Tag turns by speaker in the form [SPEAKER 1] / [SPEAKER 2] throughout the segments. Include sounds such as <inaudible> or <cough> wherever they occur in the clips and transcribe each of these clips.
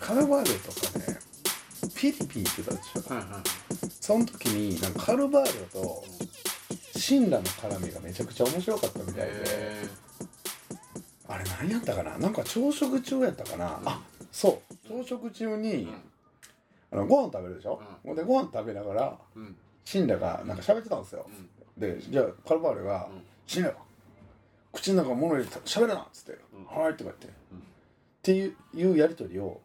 [SPEAKER 1] カルバーレとかねピリピーってたでしょ
[SPEAKER 2] はいはい
[SPEAKER 1] その時になんかカルバーレとシンラの絡みがめちゃくちゃ面白かったみたいで
[SPEAKER 2] へ
[SPEAKER 1] あれ何やったかななんか朝食中やったかな、
[SPEAKER 2] うん
[SPEAKER 1] あそう朝食中
[SPEAKER 2] え
[SPEAKER 1] にあのご飯食べるでしょ、でご飯食べながら
[SPEAKER 2] うん
[SPEAKER 1] シンラがなんか喋ってたんですよ
[SPEAKER 2] う、ん
[SPEAKER 1] でじゃあカルバーレが
[SPEAKER 2] うん
[SPEAKER 1] 「シンラ口の中物入れて喋るな」っつって
[SPEAKER 2] うん
[SPEAKER 1] 「はーい」とか言って、
[SPEAKER 2] うん
[SPEAKER 1] っていういうやり取りを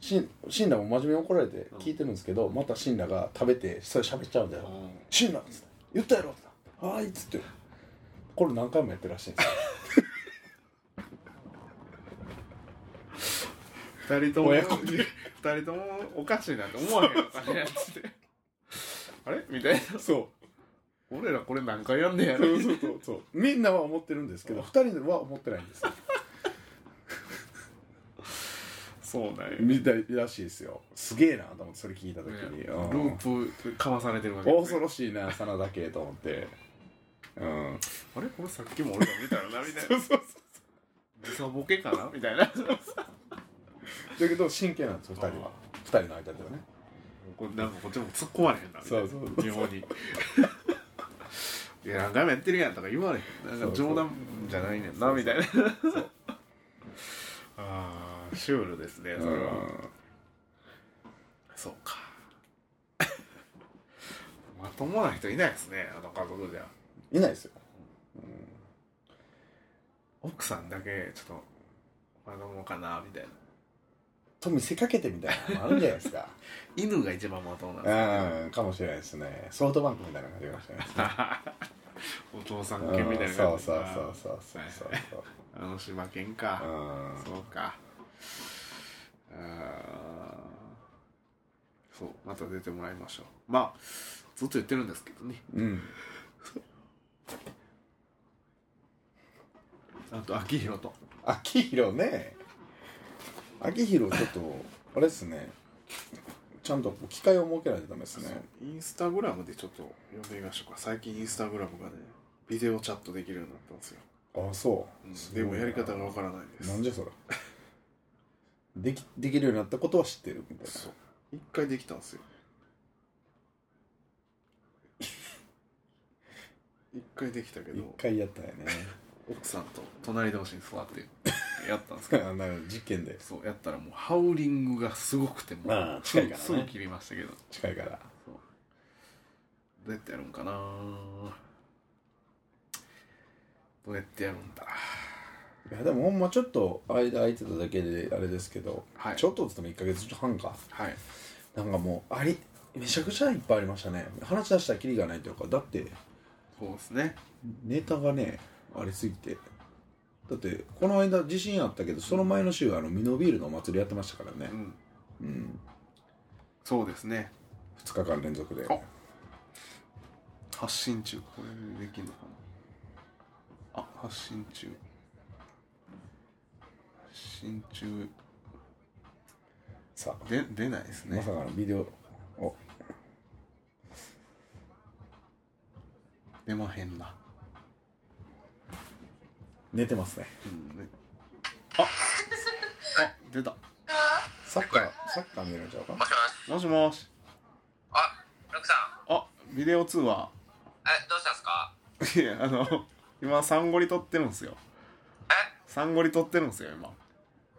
[SPEAKER 1] シンシンラも真面目に怒られて
[SPEAKER 2] うん
[SPEAKER 1] 聞いてるんですけど、またシンラが食べてそれ喋っちゃうんだよ、シンラっつって言ったやろっつってはーいっつってこれ何回もやってるらしいんですよ
[SPEAKER 2] 二人とも
[SPEAKER 1] 親子
[SPEAKER 2] 二人ともおかしいなって思わへんのかねつってあれみたいな
[SPEAKER 1] そう
[SPEAKER 2] 俺らこれ何回やんねやろ
[SPEAKER 1] そうそうそうそうみんなは思ってるんですけど二人は思ってないんですよ
[SPEAKER 2] そうなんや
[SPEAKER 1] みたいらしいですよすげえなと思ってそれ聞いた時に、
[SPEAKER 2] ねル
[SPEAKER 1] うん
[SPEAKER 2] ープかまされてるわけですね
[SPEAKER 1] 恐ろしいな真田家と思ってうん
[SPEAKER 2] あれこれさっきも俺ら見たよなみたいな
[SPEAKER 1] そう
[SPEAKER 2] 時差ボケかなみたいな
[SPEAKER 1] だけど真剣なんですよ二人は二人の間ではね
[SPEAKER 2] こなんかこっちも突っ込まれへんなみたいな
[SPEAKER 1] そうそう
[SPEAKER 2] 妙に <laughs> いや何回もやってるやんとか言われへんなんか冗談じゃないねんなみたいな
[SPEAKER 1] そう
[SPEAKER 2] <laughs> ああシュールですねそれは、そうか <laughs> まともな人いないですねあの家族じゃ
[SPEAKER 1] うんいないですよ
[SPEAKER 2] 奥さんだけちょっとまともかなみたいな
[SPEAKER 1] と見せかけてみたい <laughs> なのもあるんじゃないですか
[SPEAKER 2] 犬が一番まともなんです
[SPEAKER 1] うんかもしれないですねソフトバンクみたいな感じかもしれないですね
[SPEAKER 2] <laughs> お父さん
[SPEAKER 1] うん
[SPEAKER 2] 犬みたいな
[SPEAKER 1] そう
[SPEAKER 2] じ
[SPEAKER 1] そうそうそうそうそうそう
[SPEAKER 2] あの島犬か、
[SPEAKER 1] うん
[SPEAKER 2] そうかあーそうまた出てもらいましょうまあずっと言ってるんですけどね
[SPEAKER 1] うん
[SPEAKER 2] あと秋広と
[SPEAKER 1] 秋広ね秋広ちょっとあれですねちゃんとこう機会を設けないとダメですね
[SPEAKER 2] インスタグラムでちょっと呼んでみましょうか最近インスタグラムがねビデオチャットできるようになったんですよ、
[SPEAKER 1] あそう、
[SPEAKER 2] うん
[SPEAKER 1] すご
[SPEAKER 2] で
[SPEAKER 1] い
[SPEAKER 2] も
[SPEAKER 1] な
[SPEAKER 2] やり方がわからないです
[SPEAKER 1] なんじゃそらできできるようになったことは知ってるみたい
[SPEAKER 2] そう一回できたんです
[SPEAKER 1] <laughs>
[SPEAKER 2] よ一回できたけ
[SPEAKER 1] な一
[SPEAKER 2] ど
[SPEAKER 1] 回やったよね <laughs>
[SPEAKER 2] 奥さんと隣同士に座ってやったんですけど
[SPEAKER 1] あなんか実験で
[SPEAKER 2] そうやったらもうハウリングがすごくてもう
[SPEAKER 1] まあ近いからね
[SPEAKER 2] すぐ切りましたけどど
[SPEAKER 1] 近いから
[SPEAKER 2] うやってやるんかなどうやってやるんだ
[SPEAKER 1] いやでもほんまちょっと間空いてただけであれですけど、
[SPEAKER 2] はい
[SPEAKER 1] ちょっとっつっても1ヶ月半か
[SPEAKER 2] はい
[SPEAKER 1] なんかもうありめちゃくちゃいっぱいありましたね話し出したらキリがないというかだって
[SPEAKER 2] そうですね
[SPEAKER 1] ネタがねありすぎてだってこの間地震あったけどその前の週はあのミノビールのお祭りやってましたからねう
[SPEAKER 2] う、ん
[SPEAKER 1] ん、
[SPEAKER 2] そうですね
[SPEAKER 1] 2日間連続で
[SPEAKER 2] あ発信中これできるのかなあ発信中発信中
[SPEAKER 1] さあ
[SPEAKER 2] で出ないです
[SPEAKER 1] ま
[SPEAKER 2] ね
[SPEAKER 1] さかのビデオお
[SPEAKER 2] 出まへんな、
[SPEAKER 1] 寝てますね
[SPEAKER 2] うんね、ああ出た
[SPEAKER 1] サッカーサッカー見るんちゃうか
[SPEAKER 3] もしも
[SPEAKER 2] もしも
[SPEAKER 3] し。
[SPEAKER 2] し
[SPEAKER 3] あ、ルクさん。
[SPEAKER 2] あビデオ通話
[SPEAKER 3] え、どうしたんすか
[SPEAKER 2] いやあの今サンゴリ撮ってるんすよ
[SPEAKER 3] え
[SPEAKER 2] サンゴリ撮ってるんすよ今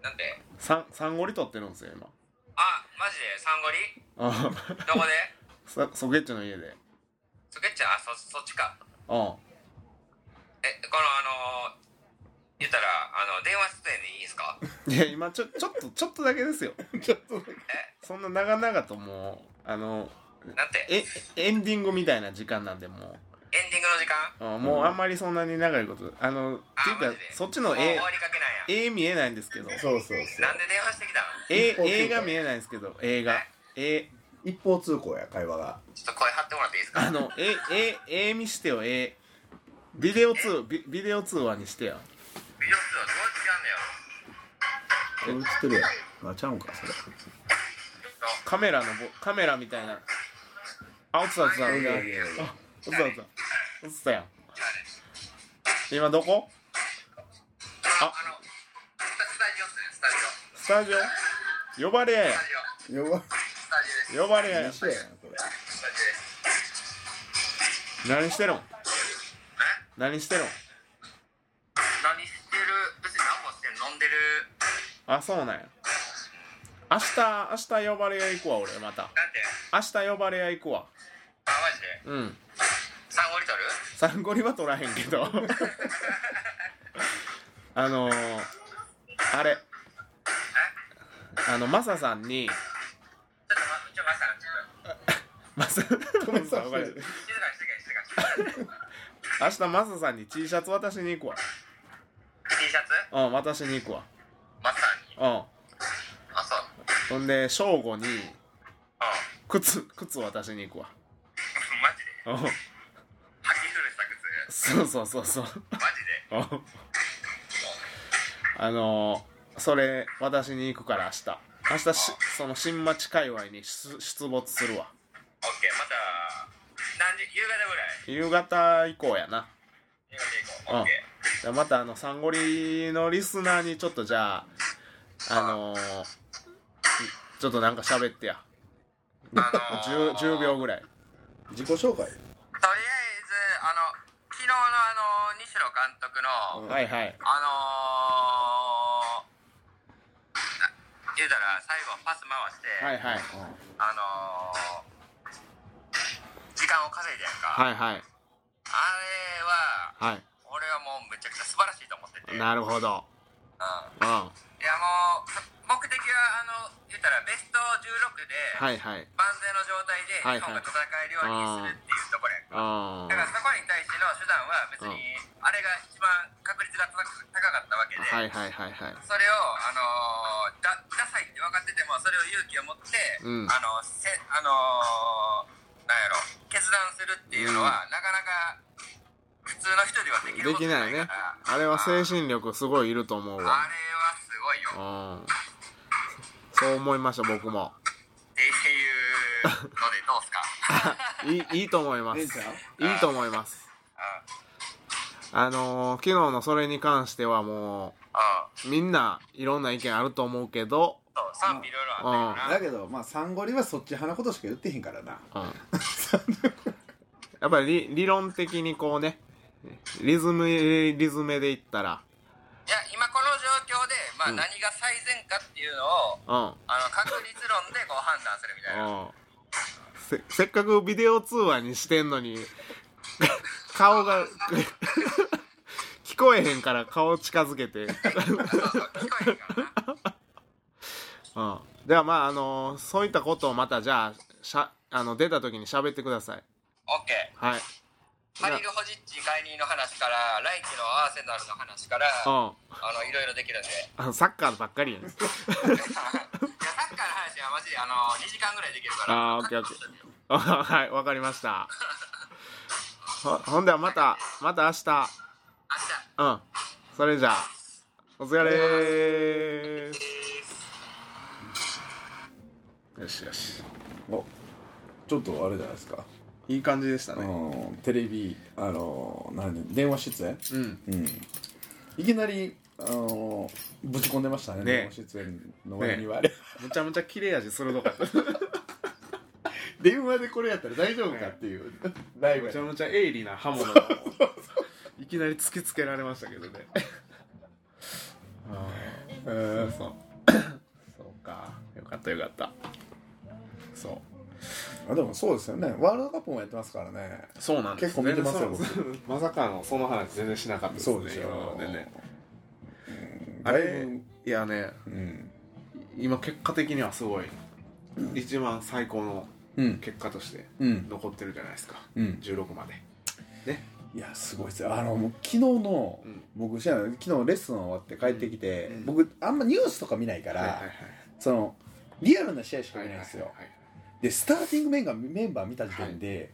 [SPEAKER 3] なんで
[SPEAKER 2] サンサンゴリ撮ってるんすよ今
[SPEAKER 3] あ、マジでサンゴリ
[SPEAKER 2] あ
[SPEAKER 3] どこで <laughs>
[SPEAKER 2] そソゲッチョの家で
[SPEAKER 3] そけっちゃん、あ、そ、そっちか。
[SPEAKER 2] あ
[SPEAKER 3] え、この、あの言ったら、あの、電話出演でいいんすか
[SPEAKER 2] いや今ちょちょっとちょっとだけですよ
[SPEAKER 1] ちょっとだけ
[SPEAKER 2] そんな長々ともうあの
[SPEAKER 3] なんて、エン
[SPEAKER 2] えエンディングみたいな時間なんでも
[SPEAKER 3] ディングの時間
[SPEAKER 2] うあもうあんまりそんなに長いことあのっていう
[SPEAKER 3] あ、マ
[SPEAKER 2] か
[SPEAKER 3] ジで。
[SPEAKER 2] そっちの
[SPEAKER 3] もう終
[SPEAKER 2] 絵
[SPEAKER 3] わりかけなんや。
[SPEAKER 2] 絵見えないんですけど
[SPEAKER 1] そうそうそう
[SPEAKER 3] なんで電話してきたの
[SPEAKER 2] 絵
[SPEAKER 1] 一方通行
[SPEAKER 2] 映画見えないんですけど映画絵
[SPEAKER 1] 一方通行や会話が
[SPEAKER 3] ちょっと声張ってもらっていいですか
[SPEAKER 2] あの絵絵絵見してよ絵ビデオ通ビビデオ通話にしてよ
[SPEAKER 3] ビデオ数はどう違うんだ
[SPEAKER 1] 映
[SPEAKER 3] よ。
[SPEAKER 1] ってるやんあちゃうんかそれ
[SPEAKER 2] カメラのぼカメラみたいなあ落ちた落ちた落ちた
[SPEAKER 1] いやいや
[SPEAKER 2] あ落ちた落ちた落ちたやん今どこ
[SPEAKER 3] あの、スタスタジオっすね、スタジオ。
[SPEAKER 2] スタジオ呼ばれ
[SPEAKER 3] スタジオ
[SPEAKER 1] やばい
[SPEAKER 3] スタジオです
[SPEAKER 2] 呼ばれ
[SPEAKER 1] 話やなこれ
[SPEAKER 3] スタジオです
[SPEAKER 2] 何してるん何してるん
[SPEAKER 3] 何してる別に何もしてん飲んでる
[SPEAKER 2] あそうなんや明日明日呼ばれ屋行くわ俺また
[SPEAKER 3] なんて
[SPEAKER 2] 明日呼ばれ屋行くわ
[SPEAKER 3] あマジで
[SPEAKER 2] うん
[SPEAKER 3] 3ゴリ取る
[SPEAKER 2] サンゴリは取らへんけどあのー、あれあのマサさんに
[SPEAKER 3] ちょっとまちょっと待ってちょっと
[SPEAKER 2] マサマサさんわかる
[SPEAKER 3] 静かに静かに静かに
[SPEAKER 2] 明日マサさんに T シャツ渡しに行くわ
[SPEAKER 3] T シャツ
[SPEAKER 2] うん渡しに行くわ
[SPEAKER 3] まさに
[SPEAKER 2] うん
[SPEAKER 3] あそう
[SPEAKER 2] ほんで正午に
[SPEAKER 3] うん
[SPEAKER 2] 靴靴渡しに行くわ
[SPEAKER 3] マ
[SPEAKER 2] うん
[SPEAKER 3] ジで履き古した靴
[SPEAKER 2] そうそうそうそう
[SPEAKER 3] マジ
[SPEAKER 2] う
[SPEAKER 3] で
[SPEAKER 2] んあのー、それ渡しに行くから明日明日しその新町界隈に出出没するわ
[SPEAKER 3] オッケーまた何時夕方ぐら
[SPEAKER 2] 夕方
[SPEAKER 3] い
[SPEAKER 2] 以降やな
[SPEAKER 3] 夕
[SPEAKER 2] うん
[SPEAKER 3] 方行こうオッケー
[SPEAKER 2] じゃあまたあのサンゴリのリスナーにちょっとじゃああのー、ちょっとなんか喋ってや
[SPEAKER 3] あ
[SPEAKER 2] 10,
[SPEAKER 3] の <laughs> ー
[SPEAKER 2] 10秒ぐらい
[SPEAKER 1] 自己紹介
[SPEAKER 3] とりあえずあの昨日のあの西野監督の、
[SPEAKER 2] はいはい
[SPEAKER 3] あのー、言うたら最後パス回して、
[SPEAKER 2] はいはい
[SPEAKER 3] あのー、時間を稼いでやんか、
[SPEAKER 2] はいはい
[SPEAKER 3] あれは
[SPEAKER 2] は
[SPEAKER 3] 俺はもうめちゃくちゃ素晴らしいと思ってて、
[SPEAKER 2] い
[SPEAKER 3] うん、いや
[SPEAKER 2] なるほどうんは
[SPEAKER 3] もう目的はあの言うたらベスト16で、
[SPEAKER 2] いはい
[SPEAKER 3] 万全の状態で
[SPEAKER 2] はい
[SPEAKER 3] 日本が戦えるようにするっていうところ
[SPEAKER 2] あ
[SPEAKER 3] やんかだからそこに対しての手段は別
[SPEAKER 2] うん
[SPEAKER 3] にあれが一番確率が高く高かったわけ
[SPEAKER 2] ー
[SPEAKER 3] で、
[SPEAKER 2] はいはいはいはい
[SPEAKER 3] それを、あのー、だダサいって分かっててもそれを勇気を持って、
[SPEAKER 2] うん
[SPEAKER 3] あのせあのー、なんやろ決断するっていうのは、なかなか普通の人ではできる
[SPEAKER 2] で
[SPEAKER 3] こと
[SPEAKER 2] き
[SPEAKER 3] じゃ
[SPEAKER 2] ない
[SPEAKER 3] な
[SPEAKER 2] ね
[SPEAKER 3] いから
[SPEAKER 2] あれは精
[SPEAKER 3] あー
[SPEAKER 2] 神力すごいいると思うわ
[SPEAKER 3] あれはすごいよっ
[SPEAKER 2] うんそう思いました僕も
[SPEAKER 3] ていうのでどうすか
[SPEAKER 2] いいいいと思います
[SPEAKER 1] ええ
[SPEAKER 2] い
[SPEAKER 1] んちゃう
[SPEAKER 2] いと思いますあのー、昨日のそれに関してはも
[SPEAKER 3] うん
[SPEAKER 2] うみんないろんな意見あると思うけど、
[SPEAKER 3] そう賛否いろいろあった
[SPEAKER 1] だ
[SPEAKER 3] よな
[SPEAKER 1] けどまあサンゴリはそっち派なことしか言ってへんからな
[SPEAKER 2] うん、やっぱり理理論的にこうねリズムリズムでいったら
[SPEAKER 3] いや今この状況で、まあ、
[SPEAKER 2] うん
[SPEAKER 3] 何が最善かっていうのを、
[SPEAKER 2] うん
[SPEAKER 3] あの確率論でこう判断するみたいな。
[SPEAKER 2] うんせせっかくビデオ通話にしてんのに顔が聞こえへんから顔近づけて、
[SPEAKER 3] そうそう聞こえへんからな。
[SPEAKER 2] うん、ではまああのーそういったことをまたじゃあしゃあの出た時に喋ってください
[SPEAKER 3] オッケー。
[SPEAKER 2] はい
[SPEAKER 3] ハリル・ホジッチ解任の話から、来季のアーセナルの話から、
[SPEAKER 2] うん
[SPEAKER 3] あのいろいろできるんで。
[SPEAKER 2] <laughs>
[SPEAKER 3] い
[SPEAKER 2] あのサッカーばっかりやね
[SPEAKER 3] やサッカーの話はマジであの2時間ぐらいできるから。
[SPEAKER 2] あーオッケーオッケー <laughs>
[SPEAKER 3] 覚悟しといてよ
[SPEAKER 2] あはいわかりましたほほんではまたまた明日
[SPEAKER 3] 明日。
[SPEAKER 2] うんそれじゃあお疲れーよしよし
[SPEAKER 1] おちょっとあれじゃないですか
[SPEAKER 2] いい感じでした
[SPEAKER 1] あのーテレビあのー何電話出演
[SPEAKER 2] うん
[SPEAKER 1] うんいきなりあのーぶち込んでましたね
[SPEAKER 2] ね
[SPEAKER 1] 電話出演の割にはあれ
[SPEAKER 2] むちゃむちゃ切れ味鋭かった
[SPEAKER 1] <laughs> 電話でこれやったら大丈夫かっていうライブ
[SPEAKER 2] む
[SPEAKER 1] や
[SPEAKER 2] ちゃむちゃ鋭利な
[SPEAKER 1] <laughs>
[SPEAKER 2] 刃物がいきなり突きつけられましたけどねあ
[SPEAKER 1] う
[SPEAKER 2] あ
[SPEAKER 1] ん
[SPEAKER 2] そう
[SPEAKER 1] <coughs>
[SPEAKER 2] そうかよかったよかったそう
[SPEAKER 1] あでもそうですよねワールドカップもやってますからね
[SPEAKER 2] そうなんで
[SPEAKER 1] 結
[SPEAKER 2] す
[SPEAKER 1] 構見てますよ
[SPEAKER 2] 全然そうまさかのその話全然しなかったですね
[SPEAKER 1] そうですよ
[SPEAKER 2] 今までね
[SPEAKER 1] だ
[SPEAKER 2] あ
[SPEAKER 1] いぶ
[SPEAKER 2] れいやね
[SPEAKER 1] うん
[SPEAKER 2] 今結果的にはすごい、一番最高の
[SPEAKER 1] うん
[SPEAKER 2] 結果として
[SPEAKER 1] うん
[SPEAKER 2] 残ってるじゃないですか
[SPEAKER 1] うん
[SPEAKER 2] 16まで
[SPEAKER 1] いやすごいですよあのもう昨日の、
[SPEAKER 2] うん
[SPEAKER 1] 僕知らない昨日レッスン終わって帰ってきて、
[SPEAKER 2] うん
[SPEAKER 1] 僕あんまニュースとか見ないから、
[SPEAKER 2] はいはい
[SPEAKER 1] そのリアルな試合しか
[SPEAKER 2] はい
[SPEAKER 1] 見ないんですよ、
[SPEAKER 2] はいはい
[SPEAKER 1] でスターティングメンバーメンバー見た時点で、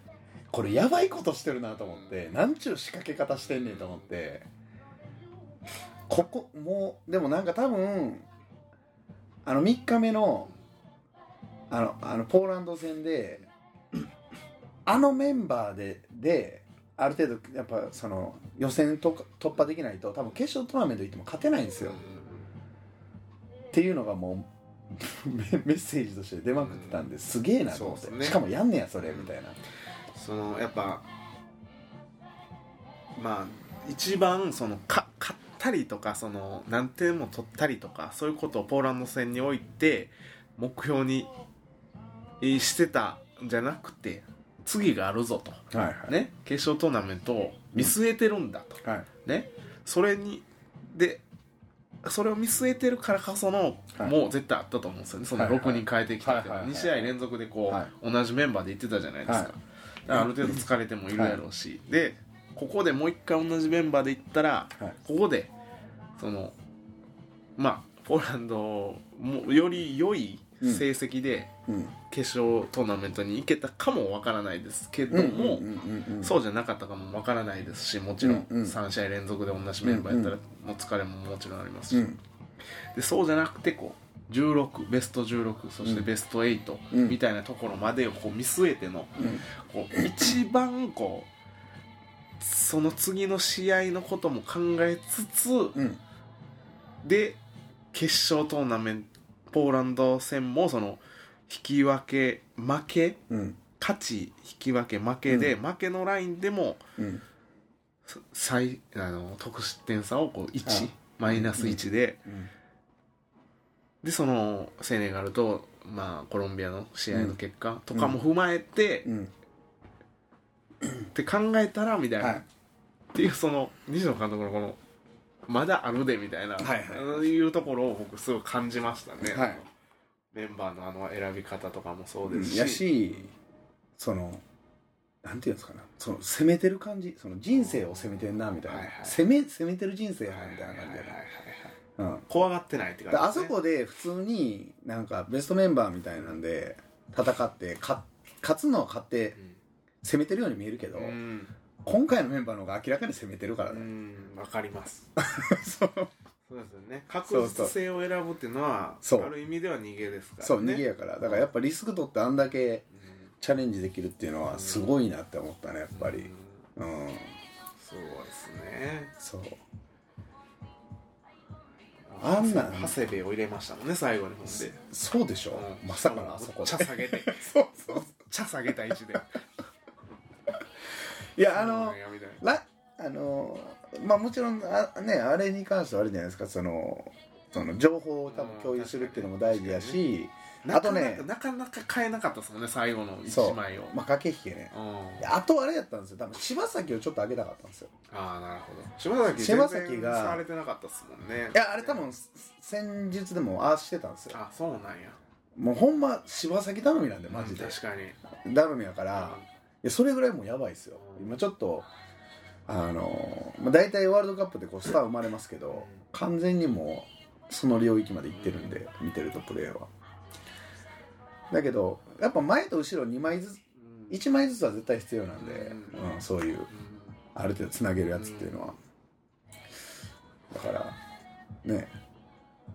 [SPEAKER 1] これやばいことしてるなと思って、なんちゅう仕掛け方してんねんと思ってここもうでもなんか多分あの3日目のあのあのポーランド戦であのメンバーでである程度やっぱその予選とか突破できないと多分決勝トーナメント行っても勝てないんですよ、
[SPEAKER 2] うん
[SPEAKER 1] っていうのがもう <laughs> メメッセージとして出まくってたんですげえなと思って、
[SPEAKER 2] そうっすね
[SPEAKER 1] しかもやんねやそれみたいな
[SPEAKER 2] そのやっぱまあ一番そのか勝ったりとかその何点も取ったりとかそういうことをポーランド戦において目標にえーしてたんじゃなくて次があるぞと、
[SPEAKER 1] はいはい、
[SPEAKER 2] ね、決勝トーナメントを見据えてるんだと、
[SPEAKER 1] はい、
[SPEAKER 2] ね、それにでそれを見据えてるからこその、
[SPEAKER 1] はい
[SPEAKER 2] もう絶対あったと思うんですよねその
[SPEAKER 1] はいはい
[SPEAKER 2] 6人変えてきたっていうの
[SPEAKER 1] はいはいはい
[SPEAKER 2] 2試合連続でこう、
[SPEAKER 1] は
[SPEAKER 2] 同じメンバーで行ってたじゃないですか,、
[SPEAKER 1] はい
[SPEAKER 2] だからある程度疲れてもいるやろうし、でここでもう一回同じメンバーで行ったら、
[SPEAKER 1] はい
[SPEAKER 2] ここでそのまあポーランドもより良い成績で
[SPEAKER 1] うん
[SPEAKER 2] 決勝トーナメントに行けたかもわからないですけども、
[SPEAKER 1] うんうん
[SPEAKER 2] そうじゃなかったかもわからないですしもちろん
[SPEAKER 1] うんうん
[SPEAKER 2] 3試合連続で同じメンバーやったら
[SPEAKER 1] う
[SPEAKER 2] もう疲れももちろんありますし、
[SPEAKER 1] うん
[SPEAKER 2] でそうじゃなくてこう16ベスト16そして
[SPEAKER 1] うん
[SPEAKER 2] ベスト8
[SPEAKER 1] うん
[SPEAKER 2] みたいなところまでをこう見据えての
[SPEAKER 1] うん
[SPEAKER 2] こう一番こうその次の試合のことも考えつつ
[SPEAKER 1] うん
[SPEAKER 2] で決勝トーナメントポーランド戦もその引き分け負け
[SPEAKER 1] うん
[SPEAKER 2] 勝ち引き分け負けで、負けのラインでも
[SPEAKER 1] うん
[SPEAKER 2] 最あの得失点差をこう1
[SPEAKER 1] あ
[SPEAKER 2] マイナス1で、
[SPEAKER 1] うん
[SPEAKER 2] でそのセネガルと、まあ、コロンビアの試合の結果とかも踏まえて、
[SPEAKER 1] うん
[SPEAKER 2] って考えたらみたいな、
[SPEAKER 1] はい
[SPEAKER 2] っていうその西野監督のこのまだあるでみたいな、
[SPEAKER 1] はい
[SPEAKER 2] い、うところを僕すごい感じましたね、
[SPEAKER 1] はい
[SPEAKER 2] メンバーのあの選び方とかもそう
[SPEAKER 1] う
[SPEAKER 2] で
[SPEAKER 1] ん
[SPEAKER 2] す
[SPEAKER 1] やしそのなんていうんですかなその攻めてる感じその人生を攻めてんなみたいな、
[SPEAKER 2] はいはい
[SPEAKER 1] 攻め攻めてる人生や
[SPEAKER 2] はい
[SPEAKER 1] な
[SPEAKER 2] はい
[SPEAKER 1] み
[SPEAKER 2] は
[SPEAKER 1] た
[SPEAKER 2] い
[SPEAKER 1] い
[SPEAKER 2] は
[SPEAKER 1] ない感じやなうん
[SPEAKER 2] 怖がってないって
[SPEAKER 1] で
[SPEAKER 2] 感
[SPEAKER 1] あ
[SPEAKER 2] じです
[SPEAKER 1] そ
[SPEAKER 2] ね
[SPEAKER 1] こで普通になんかベストメンバーみたいなんで戦って勝勝つのは勝って攻めてるように見えるけど、
[SPEAKER 2] うんうん
[SPEAKER 1] 今回のメンバーの方が明らかに攻めてるから
[SPEAKER 2] う
[SPEAKER 1] ね、
[SPEAKER 2] んわかります
[SPEAKER 1] <laughs> そう
[SPEAKER 2] そうですよね確実性を選ぶっていうのは
[SPEAKER 1] そう
[SPEAKER 2] ある意味では逃げですからね
[SPEAKER 1] そう逃げやからだからやっぱリスク取ってあんだけチャレンジできるっていうのはすごいなって思ったねやっぱ
[SPEAKER 2] うんう
[SPEAKER 1] り
[SPEAKER 2] ん
[SPEAKER 1] うん
[SPEAKER 2] そうですね
[SPEAKER 1] そうあんなん
[SPEAKER 2] 長谷部を入れましたもんね最後にほんで、
[SPEAKER 1] そうでしょ、
[SPEAKER 2] うん
[SPEAKER 1] まさかのあそこ
[SPEAKER 2] めっ
[SPEAKER 1] で
[SPEAKER 2] ちゃ下げて
[SPEAKER 1] <laughs> そうそう
[SPEAKER 2] 茶下げた位置で
[SPEAKER 1] いやあの
[SPEAKER 2] みたいな
[SPEAKER 1] らあのまあもちろんあ,、ね、あれに関してはあれじゃないですかそのその情報を多分共有するっていうのも大事やし、
[SPEAKER 2] な
[SPEAKER 1] あ
[SPEAKER 2] か
[SPEAKER 1] と
[SPEAKER 2] な
[SPEAKER 1] ね
[SPEAKER 2] かなかなか変えなかったですもんね最後の
[SPEAKER 1] そう
[SPEAKER 2] 1枚を
[SPEAKER 1] まあ、駆け引きね
[SPEAKER 2] うん
[SPEAKER 1] であとあれやったんですよ多分柴崎をちょっと上げたかったんですよ
[SPEAKER 2] ああなるほど島崎
[SPEAKER 1] 島
[SPEAKER 2] 全
[SPEAKER 1] 崎が
[SPEAKER 2] 然触れてなかったですもんね
[SPEAKER 1] いやあれ多分す戦術でもああしてたんですよ
[SPEAKER 2] あそうなんや
[SPEAKER 1] もうほんま柴崎頼みなんでマジで
[SPEAKER 2] 確かに
[SPEAKER 1] 頼みやからいやそれぐらいもうやばいですよ今ちょっとあのまあ、大体ワールドカップでこうスター生まれますけど完全にもうその領域まで行ってるんで見てるとプレーはだけどやっぱ前と後ろ2枚ずつ
[SPEAKER 2] うん
[SPEAKER 1] 1枚ずつは絶対必要なんで、
[SPEAKER 2] うん
[SPEAKER 1] うん、そういう
[SPEAKER 2] うん
[SPEAKER 1] ある程度つなげるやつっていうのは、だからね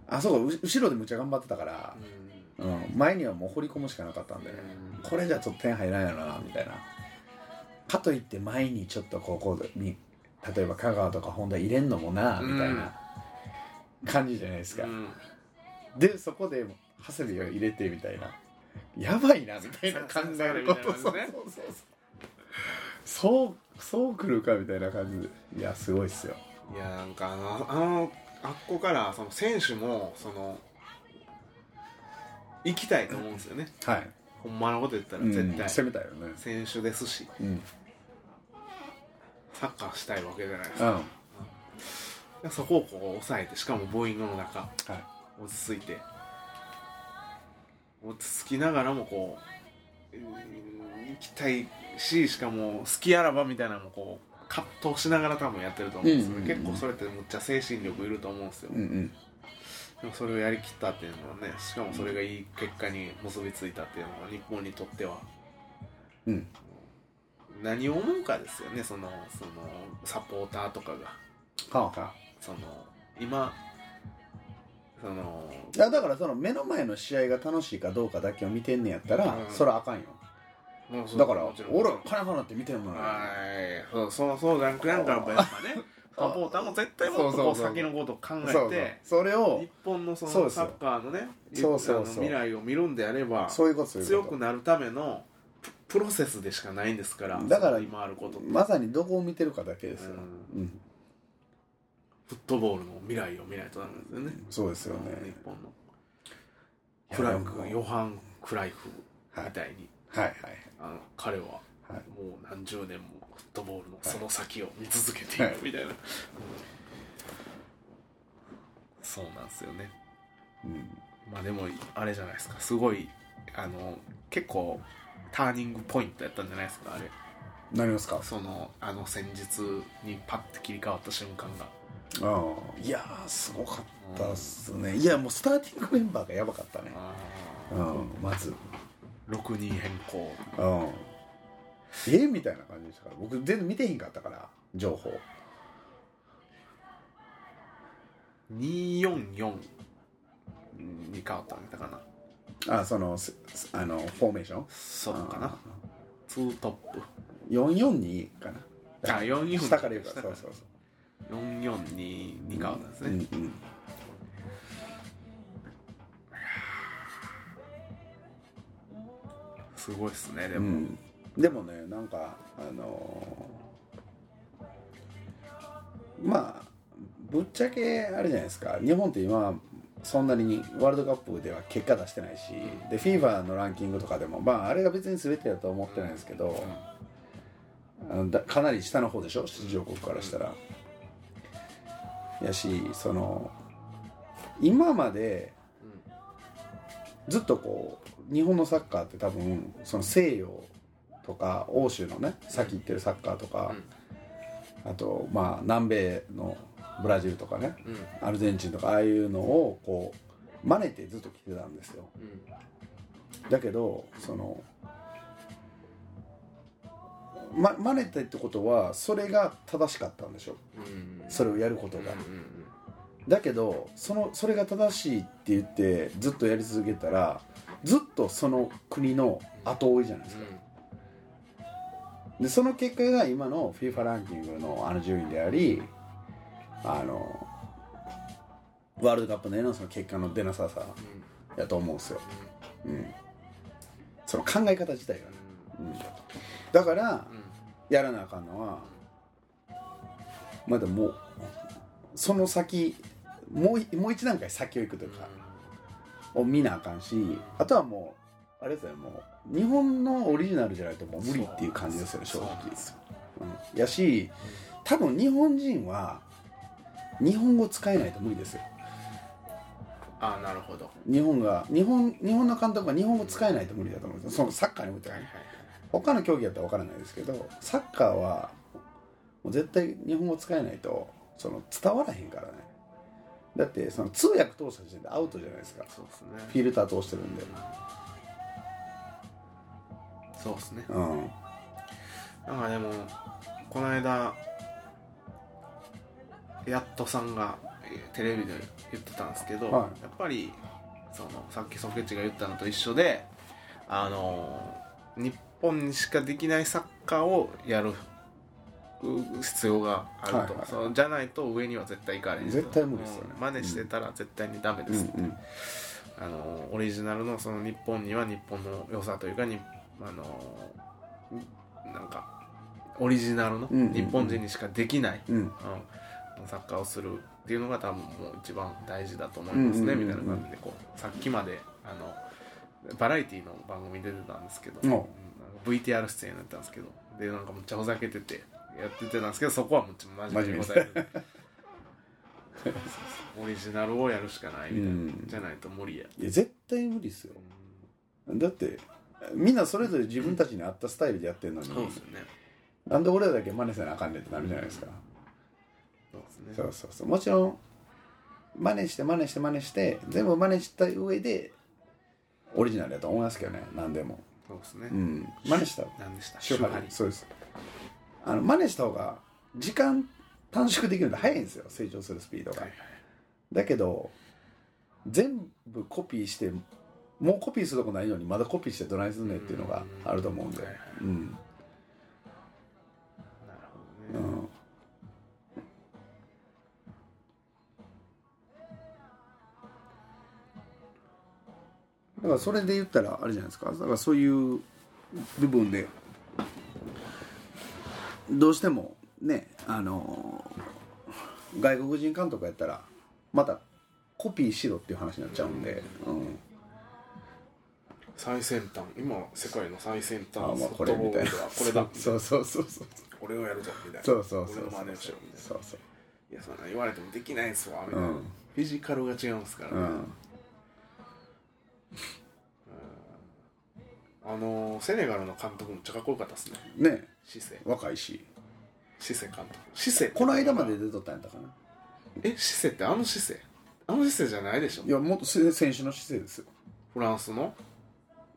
[SPEAKER 1] あそうかう後ろでむっちゃ頑張ってたから、うん、前にはもう掘り込むしかなかったんで、ね
[SPEAKER 2] う
[SPEAKER 1] これじゃちょっと点入らんやろなみたいなかといって前にちょっとこうこうに例えば香川とか本田入れんのもなみたいな感じじゃないですか、
[SPEAKER 2] ん
[SPEAKER 1] でそこで長谷部を入れてみたいなやばいなみたいな考えること
[SPEAKER 2] そ
[SPEAKER 1] そううそ
[SPEAKER 2] そう
[SPEAKER 1] うそうそうそうくるかみたいな感じいやすごいっすよ
[SPEAKER 2] いやなんかあのあのあっこからその選手もその行きたいと思うんですよね
[SPEAKER 1] はい、
[SPEAKER 2] ほんまのこと言ったら
[SPEAKER 1] うん
[SPEAKER 2] 絶対、
[SPEAKER 1] 攻めたよね
[SPEAKER 2] 選手ですし
[SPEAKER 1] うん、うん、
[SPEAKER 2] サッカーしたいわけじゃないですか、そこをこう抑えてしかもボーイングの中
[SPEAKER 1] はい
[SPEAKER 2] 落ち着いて落ち着きながらもこううん行きたいししかも好きあらばみたいなのもこう葛藤しながら多分やってると思うんですよね、
[SPEAKER 1] うんうんうん
[SPEAKER 2] 結構それってむっちゃ精神力いると思うんですよ、
[SPEAKER 1] うんうん
[SPEAKER 2] でもそれをやりきったっていうのはねしかもそれがいい結果に結びついたっていうのは日本にとっては
[SPEAKER 1] うん
[SPEAKER 2] 何を思うかですよねそのそのサポーターとかが
[SPEAKER 1] はあはあ
[SPEAKER 2] その今その
[SPEAKER 1] いやだからその目の前の試合が楽しいかどうかだけを見てんねやったら、
[SPEAKER 2] うん
[SPEAKER 1] それはあかんよ
[SPEAKER 2] もうそう
[SPEAKER 1] だから
[SPEAKER 2] もちろん
[SPEAKER 1] 俺は金払って見てんのよ
[SPEAKER 2] はいそうそうそうじゃなくなんかやっぱね <laughs> サポーターも絶対もっとこ
[SPEAKER 1] そううそうそう
[SPEAKER 2] 先のことを
[SPEAKER 1] そ
[SPEAKER 2] 考え
[SPEAKER 1] うそう
[SPEAKER 2] て
[SPEAKER 1] それを
[SPEAKER 2] 日本のそ
[SPEAKER 1] そう
[SPEAKER 2] の
[SPEAKER 1] です
[SPEAKER 2] サ
[SPEAKER 1] よ
[SPEAKER 2] ッカーのね
[SPEAKER 1] そうそうそう
[SPEAKER 2] あの未来を見るんであれば
[SPEAKER 1] そういうことそういう
[SPEAKER 2] 強
[SPEAKER 1] こ
[SPEAKER 2] く
[SPEAKER 1] と
[SPEAKER 2] なるためのププロセスでしかないんですから
[SPEAKER 1] だから
[SPEAKER 2] その今あることって
[SPEAKER 1] まさにどこを見てるかだけですよ、
[SPEAKER 2] う
[SPEAKER 1] うん、
[SPEAKER 2] フットボールの未来を見ないとダメですよね
[SPEAKER 1] そうですよね
[SPEAKER 2] 日本の
[SPEAKER 1] いや
[SPEAKER 2] クライ
[SPEAKER 1] で
[SPEAKER 2] フ
[SPEAKER 1] も
[SPEAKER 2] ヨハン・クライフみたいに、
[SPEAKER 1] はいはい
[SPEAKER 2] あの彼は
[SPEAKER 1] はい
[SPEAKER 2] もう何十年もフットボールのその先を見続けているみたいな、うんそうなんですよね
[SPEAKER 1] うん
[SPEAKER 2] まあでもあれじゃないですかすごいあの結構ターニングポイントやったんじゃないですかあれ
[SPEAKER 1] なりますか
[SPEAKER 2] そのあの戦術にパッて切り替わった瞬間が
[SPEAKER 1] ああいやーすごかったっすね、いやもうスターティングメンバーがやばかったねうんまず
[SPEAKER 2] 6人変更
[SPEAKER 1] うんえみたいな感じでしたから僕全然見てへんかったから情報
[SPEAKER 2] 244に変わったんだったかな
[SPEAKER 1] あそのすすあのフォーメーション
[SPEAKER 2] そうかな2トップ
[SPEAKER 1] 442かな
[SPEAKER 2] あ442
[SPEAKER 1] 下から言うからそうそうそ
[SPEAKER 2] 442に変わったんです
[SPEAKER 1] う、
[SPEAKER 2] ね、
[SPEAKER 1] うんうん
[SPEAKER 2] すごいですねで
[SPEAKER 1] で
[SPEAKER 2] も、
[SPEAKER 1] も,、でもねなんかあのーまあぶっちゃけあれじゃないですか日本って今そんなにワールドカップでは結果出してないしで FIFA のランキングとかでもまああれが別に全てだとは思ってないんですけど、あのだかなり下の方でしょ出場国からしたら。やしその今までずっとこう日本のサッカーって多分その西洋とか欧州のね先行ってるサッカーとか、あとまあ南米のブラジルとかね
[SPEAKER 2] うんうん
[SPEAKER 1] アルゼンチンとかああいうのをこう真似てずっと来てたんですよだけどその、ま、真似てってことはそれが正しかったんでしょ
[SPEAKER 2] うんうん
[SPEAKER 1] それをやることが
[SPEAKER 2] うんうん
[SPEAKER 1] だけどそのそれが正しいって言ってずっとやり続けたらずっとその国の後追いじゃないですか、でその結果が今の FIFA ランキングのあの順位でありあのワールドカップでのその結果の出なささ
[SPEAKER 2] うんうん
[SPEAKER 1] やと思うんですよ、うん、その考え方自体がね、うん、だから
[SPEAKER 2] うん
[SPEAKER 1] やらなあかんのはまだもうその先もういもう一段階先を行くというか、を見なあかんしあとはもうあれですよもう日本のオリジナルじゃないともう無理っていう感じですよね正
[SPEAKER 2] そう
[SPEAKER 1] 直
[SPEAKER 2] なんですよ
[SPEAKER 1] うん、やし多分日本人は日本語使えないと無理ですよ
[SPEAKER 2] あなるほど
[SPEAKER 1] 日本が日本日本の監督は日本語使えないと無理だと思うんですよそのサッカーにおいては
[SPEAKER 2] はい
[SPEAKER 1] ね
[SPEAKER 2] はい
[SPEAKER 1] 他の競技だったら分からないですけどサッカーはもう絶対日本語使えないとその伝わらへんからねだってその通訳通した時点でアウトじゃないですか
[SPEAKER 2] そうですね
[SPEAKER 1] フィルター通してるんで
[SPEAKER 2] そうですね
[SPEAKER 1] うん
[SPEAKER 2] なんかでもこの間やっとさんがえーテレビで言ってたんですけど、
[SPEAKER 1] はい
[SPEAKER 2] やっぱりそのさっきソケチが言ったのと一緒であのー日本にしかできないサッカーをやるう必要があると、
[SPEAKER 1] はいはい
[SPEAKER 2] そのじゃないと上には絶対行かれへんと
[SPEAKER 1] 絶対無理ですよね
[SPEAKER 2] うん真似してたら絶対にダメで
[SPEAKER 1] う
[SPEAKER 2] す、
[SPEAKER 1] んうん
[SPEAKER 2] あのオリジナルのその日本には日本の良さというかにあのなんかオリジナルの
[SPEAKER 1] うんうんうん
[SPEAKER 2] 日本人にしかできない、
[SPEAKER 1] うん
[SPEAKER 2] うん、サッカーをするっていうのが多分もう一番大事だと思いますね、
[SPEAKER 1] うんうんうんうん
[SPEAKER 2] みたいな感じでこうさっきまであのバラエティの番組に出てたんですけど、
[SPEAKER 1] うん
[SPEAKER 2] うんなんか VTR 出演だったんですけどでなんかむっちゃふざけててやっててたんですけどそこはむっちゃ真面目に答えて <laughs> そうそうオリジナルをやるしかないみたいな、
[SPEAKER 1] うん
[SPEAKER 2] じゃないと無理や
[SPEAKER 1] いや絶対無理ですよだってみんなそれぞれ自分たちに合ったスタイルでやってるのに、
[SPEAKER 2] そうですよね
[SPEAKER 1] なんで俺らだけ真似せなあかんねんってなるじゃないですか、
[SPEAKER 2] そうですね
[SPEAKER 1] そうそうそうもちろん真似して真似して真似して全部真似した上でオリジナルだと思いますけどね何でも
[SPEAKER 2] そうですね、
[SPEAKER 1] うん真似した
[SPEAKER 2] 何でした
[SPEAKER 1] 手張りそうですあの真似した方が時間短縮できるんで早いんですよ成長するスピードが、
[SPEAKER 2] はいはい
[SPEAKER 1] だけど全部コピーしてもうコピーするとこないのにまだコピーしてどないすんねんっていうのがあると思うんで
[SPEAKER 2] はいはい
[SPEAKER 1] うん、
[SPEAKER 2] なる
[SPEAKER 1] う
[SPEAKER 2] ほどね、
[SPEAKER 1] ん、だからそれで言ったらあれじゃないですかだからそういう部分でどうしてもねあのー外国人監督やったらまたコピーしろっていう話になっちゃうんで、うん、
[SPEAKER 2] 最先端今世界の最先端
[SPEAKER 1] あまあ
[SPEAKER 2] ソフ
[SPEAKER 1] こ
[SPEAKER 2] ト
[SPEAKER 1] れ
[SPEAKER 2] ボ
[SPEAKER 1] み
[SPEAKER 2] ー
[SPEAKER 1] たい
[SPEAKER 2] ル
[SPEAKER 1] な
[SPEAKER 2] はこれだ
[SPEAKER 1] そうそうそうそう
[SPEAKER 2] 俺をやるぞみたいな
[SPEAKER 1] そうそうそう
[SPEAKER 2] 俺の真似をしろみたいな
[SPEAKER 1] そうそう
[SPEAKER 2] いやそんな言われてもできないですわみたいな、
[SPEAKER 1] うん
[SPEAKER 2] フィジカルが違うんですから、
[SPEAKER 1] う
[SPEAKER 2] ね
[SPEAKER 1] ん
[SPEAKER 2] あのーセネガルの監督もめっちゃかっこよかったですね
[SPEAKER 1] ね
[SPEAKER 2] シセ
[SPEAKER 1] 若いし
[SPEAKER 2] シセ監督シセって
[SPEAKER 1] この間まで出とったんやったかな
[SPEAKER 2] えシセってあのシセあのシセじゃないでしょ
[SPEAKER 1] いやもっとせ選手の姿勢ですよ
[SPEAKER 2] フランスの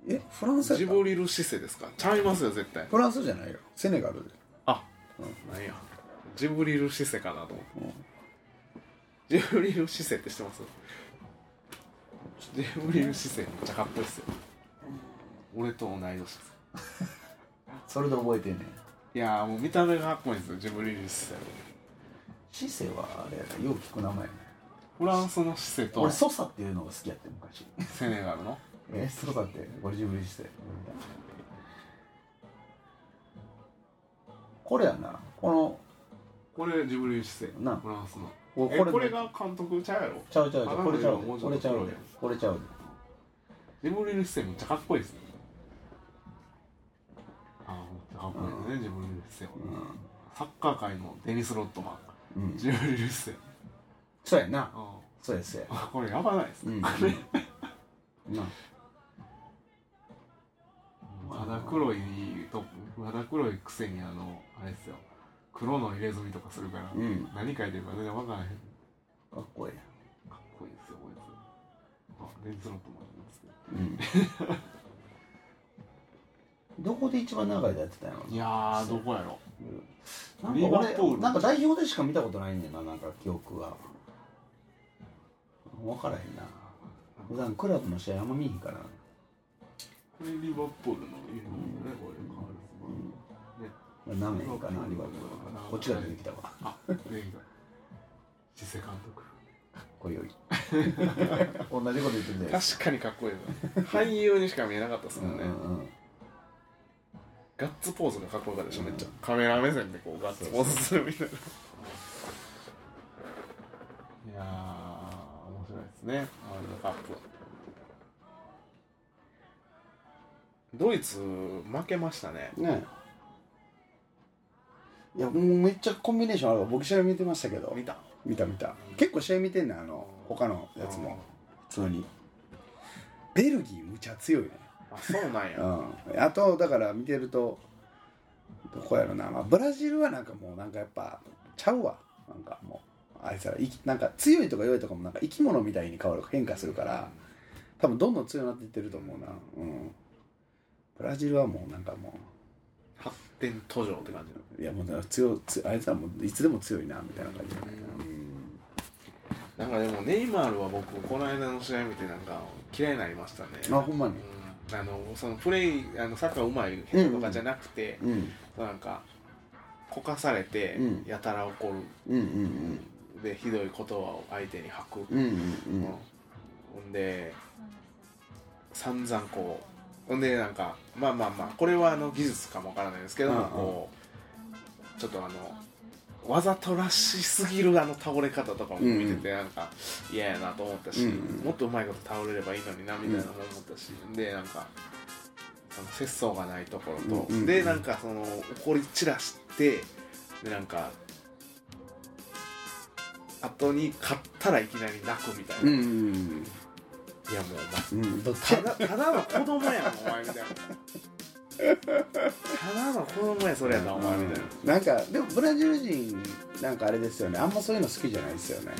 [SPEAKER 1] えフランスやっ
[SPEAKER 2] ジ
[SPEAKER 1] た
[SPEAKER 2] ブリルシセですかちゃいますよ絶対
[SPEAKER 1] フランスじゃないよセネガルで
[SPEAKER 2] あ、なんやジブリルシセかなと思って、ジブリルシセって知ってますジブリルシセめっちゃかっこいいっすよ俺と同い年です
[SPEAKER 1] それで覚えてんねん
[SPEAKER 2] いやーもう見た目がかっこいいんですよジブリルシセ
[SPEAKER 1] 姿勢はあれやよう聞く名前
[SPEAKER 2] フランスのシセと
[SPEAKER 1] 俺ソサっていうのが好きやって昔
[SPEAKER 2] セネガルの
[SPEAKER 1] えソサってゴジブリ姿勢これやなこの
[SPEAKER 2] これジブリルシセフラ
[SPEAKER 1] な
[SPEAKER 2] ンスの
[SPEAKER 1] こ
[SPEAKER 2] え
[SPEAKER 1] こ
[SPEAKER 2] こ
[SPEAKER 1] れ
[SPEAKER 2] れが監督ちゃうやろ
[SPEAKER 1] ちゃうちゃうちゃうこれちゃう
[SPEAKER 2] もう
[SPEAKER 1] で
[SPEAKER 2] ちょ
[SPEAKER 1] こ
[SPEAKER 2] っ
[SPEAKER 1] れ
[SPEAKER 2] と
[SPEAKER 1] ちゃうで
[SPEAKER 2] 黒いやん
[SPEAKER 1] これちゃうで
[SPEAKER 2] ジブリルシセめっちゃかっこいいですねあーめっちゃかっこいいですね、ジブリルシセサッカー界のデニス・ロットマ
[SPEAKER 1] うん、う
[SPEAKER 2] ン
[SPEAKER 1] ん、
[SPEAKER 2] ジブリルシセ
[SPEAKER 1] そうやな
[SPEAKER 2] あ
[SPEAKER 1] そうやそうや
[SPEAKER 2] ーこれやばないです
[SPEAKER 1] う
[SPEAKER 2] ね、
[SPEAKER 1] んな
[SPEAKER 2] 肌黒いと肌黒いくせにあのあれですよ黒の入れ墨とかするから、
[SPEAKER 1] うん
[SPEAKER 2] 何書いてるか全然わからへん
[SPEAKER 1] かっこえ
[SPEAKER 2] かっこいいですよこいつあレンズロットもありますけど
[SPEAKER 1] えやん、うん、どこで一番長い間やってたんやろ
[SPEAKER 2] いやーどこやろ
[SPEAKER 1] なん
[SPEAKER 2] リバ
[SPEAKER 1] か
[SPEAKER 2] プー
[SPEAKER 1] 俺
[SPEAKER 2] ル
[SPEAKER 1] なんか代表でしか見たことないねんななんか記憶が分からへんな普段クラブの試合あんま見えへんからな
[SPEAKER 2] これリバプールのユニフォームねこれ変わ
[SPEAKER 1] 何年かなリバプールがこっちが出てきたわか
[SPEAKER 2] るっすねあレンガ実勢監督
[SPEAKER 1] っこ
[SPEAKER 2] <laughs>
[SPEAKER 1] よい同じこと言ってるで
[SPEAKER 2] 確かにかっこ <laughs> いいな俳優にしか見えなかったです
[SPEAKER 1] う
[SPEAKER 2] も
[SPEAKER 1] ん
[SPEAKER 2] ん
[SPEAKER 1] う
[SPEAKER 2] ね、
[SPEAKER 1] んうん
[SPEAKER 2] ガッツポーズがかっこよかったでしょ、めっちゃカメラ目線でこうガッツポーズするみたいないやー面白いですねワールドカップドイツ負けましたね
[SPEAKER 1] ねえいやもうめっちゃコンビネーションあるわ僕試合見てましたけど
[SPEAKER 2] 見た
[SPEAKER 1] 見た見た結構試合見てんねんあの他のやつも普通にベルギーむちゃ強いね
[SPEAKER 2] あそうなんや
[SPEAKER 1] うん、あとだから見てるとどこやろな、まあ、ブラジルはなんかもうなんかやっぱちゃうわなんかもうあいつらいきなんか強いとか弱いとかもなんか生き物みたいに変わる変化するから多分どんどん強くなっていってると思うな、うん、ブラジルはもうなんかも
[SPEAKER 2] 発展途上って感じなの
[SPEAKER 1] ういやもうだから強い強いあいつらもういつでも強いなみたいな感じ、
[SPEAKER 2] なんかでもネイマールは僕この間の試合見てなんか嫌いになりましたね
[SPEAKER 1] うん、あほんまに
[SPEAKER 2] うんあのそのプレイあのサッカーうまい下手とかじゃなくて、
[SPEAKER 1] うん
[SPEAKER 2] なんかこかされて
[SPEAKER 1] うん
[SPEAKER 2] やたら怒る、
[SPEAKER 1] うんうん
[SPEAKER 2] でひどい言葉を相手に吐く、
[SPEAKER 1] うんうん
[SPEAKER 2] うんほんで散々こうほんでなんかまあまあまあこれはあの技術かもわからないですけど、
[SPEAKER 1] うんうん
[SPEAKER 2] こうちょっとあのわざとらしすぎるあの倒れ方とかも見ててなんか嫌やなと思ったし、
[SPEAKER 1] うんうん
[SPEAKER 2] もっとうまいこと倒れればいいのになみたいなのも思ったし、でなんかその節操がないところと、
[SPEAKER 1] うんうんうん
[SPEAKER 2] でなんかその怒り散らしてでなんか後に勝ったらいきなり泣くみたいな、
[SPEAKER 1] うんう
[SPEAKER 2] い
[SPEAKER 1] んうん
[SPEAKER 2] やもうお前
[SPEAKER 1] うんうんどっち
[SPEAKER 2] ただただの子供やんお前みたいなただの子供やそれやなお前みたいな
[SPEAKER 1] なんかでもブラジル人なんかあれですよねあんまそういうの好きじゃないですよね